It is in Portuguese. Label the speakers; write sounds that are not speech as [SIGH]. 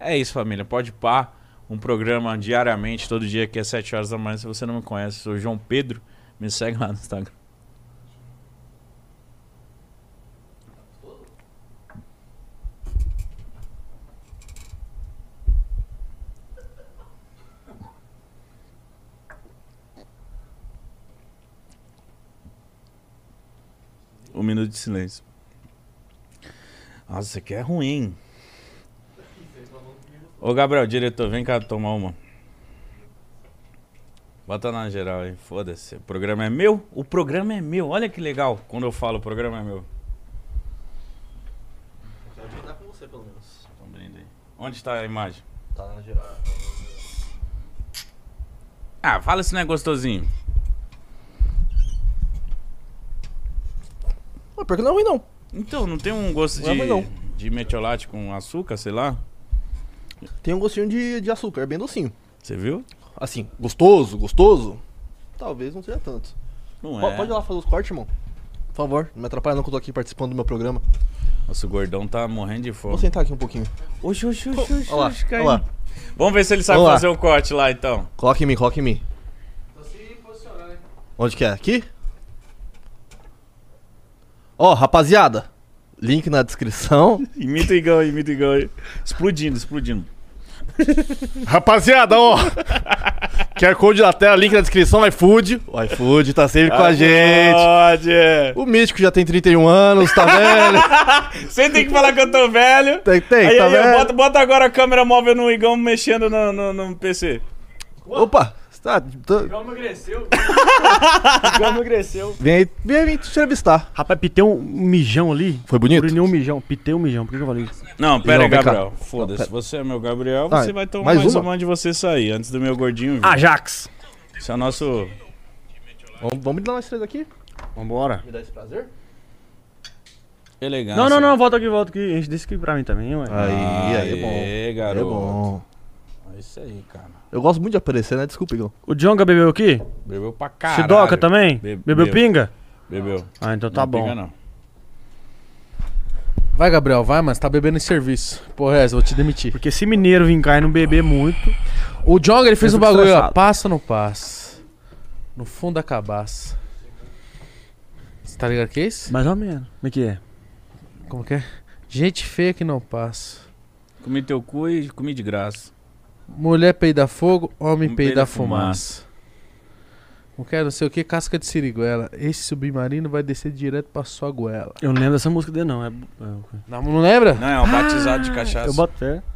Speaker 1: É isso, família. Pode pá. Um programa diariamente, todo dia, que é 7 horas da manhã. Se você não me conhece, sou João Pedro. Me segue lá no Instagram. Um minuto de silêncio. Nossa, isso aqui é ruim. Ô, Gabriel, diretor, vem cá tomar uma. Bota na geral aí, foda-se. O programa é meu? O programa é meu. Olha que legal quando eu falo o programa é meu.
Speaker 2: Quero ajudar com você, pelo menos.
Speaker 1: Tô abrindo aí. Onde está a imagem?
Speaker 2: Tá na geral.
Speaker 1: Ah, fala se não é gostosinho.
Speaker 3: Pô, pior que não é ruim, não.
Speaker 1: Então, não tem um gosto
Speaker 3: Não é
Speaker 1: de,
Speaker 3: ruim, não.
Speaker 1: de metiolate com açúcar, sei lá?
Speaker 3: Tem um gostinho de, de açúcar, é bem docinho.
Speaker 1: Você viu?
Speaker 3: Assim, gostoso, gostoso? Talvez não seja tanto.
Speaker 1: Não
Speaker 3: Po-
Speaker 1: é.
Speaker 3: Pode ir lá fazer os cortes, irmão? Por favor, não me atrapalha não que eu tô aqui participando do meu programa.
Speaker 1: Nosso gordão tá morrendo de fome.
Speaker 3: Vou sentar aqui um pouquinho.
Speaker 1: Oxi, oxi, oxi, oxi,
Speaker 3: Olha lá,
Speaker 1: oxi,
Speaker 3: olha
Speaker 1: caiu.
Speaker 3: lá.
Speaker 1: Vamos ver se ele sabe
Speaker 3: Olha lá.
Speaker 1: fazer o corte lá, então.
Speaker 3: Coloca em mim, coloca em mim.
Speaker 2: Tô se posicionando, hein?
Speaker 3: Onde que é? Aqui? Ó, rapaziada. Link na [LAUGHS] descrição.
Speaker 1: Imita o Igão, imita o Igão aí. Explodindo, explodindo.
Speaker 3: Rapaziada, ó. QR Code na tela, link na descrição, iFood. O iFood tá sempre com a gente.
Speaker 1: Pode.
Speaker 3: O Mítico já tem 31 anos, tá velho?
Speaker 1: Você tem que falar que eu tô velho.
Speaker 3: [LAUGHS] Tem, tem,
Speaker 1: aí,
Speaker 3: tá
Speaker 1: aí, ó,
Speaker 3: velho?
Speaker 1: bota, bota agora a câmera móvel no Igão mexendo no, no, no PC.
Speaker 3: Opa, tá, tô-
Speaker 2: Igual
Speaker 1: [LAUGHS]
Speaker 2: emagreceu. Igual emagreceu.
Speaker 3: vem aí, vem aí me entrevistar.
Speaker 4: Rapaz, pitei um mijão ali.
Speaker 3: Foi bonito?
Speaker 4: Urinei um mijão. Pitei um mijão. Por que que eu falei isso?
Speaker 1: Não, pera
Speaker 3: Igão,
Speaker 1: aí,
Speaker 3: vem cá.
Speaker 1: Gabriel. Foda-se. Você é meu Gabriel,
Speaker 3: Ah,
Speaker 1: você vai tomar
Speaker 3: mais
Speaker 1: mais,
Speaker 3: uma? Ah,
Speaker 1: uma antes de você sair, antes do meu gordinho vir.
Speaker 4: Ajax.
Speaker 1: Esse é o nosso.
Speaker 3: Vamos, vamos dar nós três aqui?
Speaker 4: Vambora.
Speaker 3: Me dá esse prazer?
Speaker 1: Elegância.
Speaker 4: Não, não, não. Volta aqui, volta aqui. Enche desse aqui pra mim também, ué.
Speaker 3: Aí, aí, é bom.
Speaker 1: Aê,
Speaker 3: É
Speaker 1: garoto.
Speaker 3: bom.
Speaker 1: É isso aí, cara.
Speaker 3: Eu gosto muito de aparecer, né? Desculpa, Igão.
Speaker 4: O Djonga bebeu aqui?
Speaker 1: Bebeu pra caralho.
Speaker 4: Sidoca também?
Speaker 1: Be-
Speaker 4: bebeu
Speaker 1: bebo.
Speaker 4: pinga?
Speaker 1: Bebeu.
Speaker 4: Ah, então tá
Speaker 1: Não
Speaker 4: bom.
Speaker 1: Pinga, não.
Speaker 5: Vai, Gabriel, vai, mano. Você tá bebendo esse serviço. Porra, é essa, eu vou te demitir.
Speaker 4: Porque se mineiro vir cá e não beber muito...
Speaker 5: O Jong, ele fez
Speaker 4: Eu
Speaker 5: um
Speaker 4: fico
Speaker 5: bagulho, ó.
Speaker 4: estressado.
Speaker 5: Passa ou não passa? No fundo da cabaça. Você tá ligado que é isso?
Speaker 4: Mais ou menos. Como é que é?
Speaker 5: Como que é? Gente feia que não passa.
Speaker 1: Comi teu cu e comi de graça.
Speaker 5: Mulher peida fogo, homem
Speaker 1: Um
Speaker 5: peida
Speaker 1: peida
Speaker 5: fumaça. Não quero não sei o que, casca de siriguela. Esse submarino vai descer direto pra sua goela.
Speaker 4: Eu não lembro dessa música dele, não. É... é-
Speaker 5: Não, não lembra?
Speaker 1: Não, é um batizado de cachaça.
Speaker 4: Eu boto fé.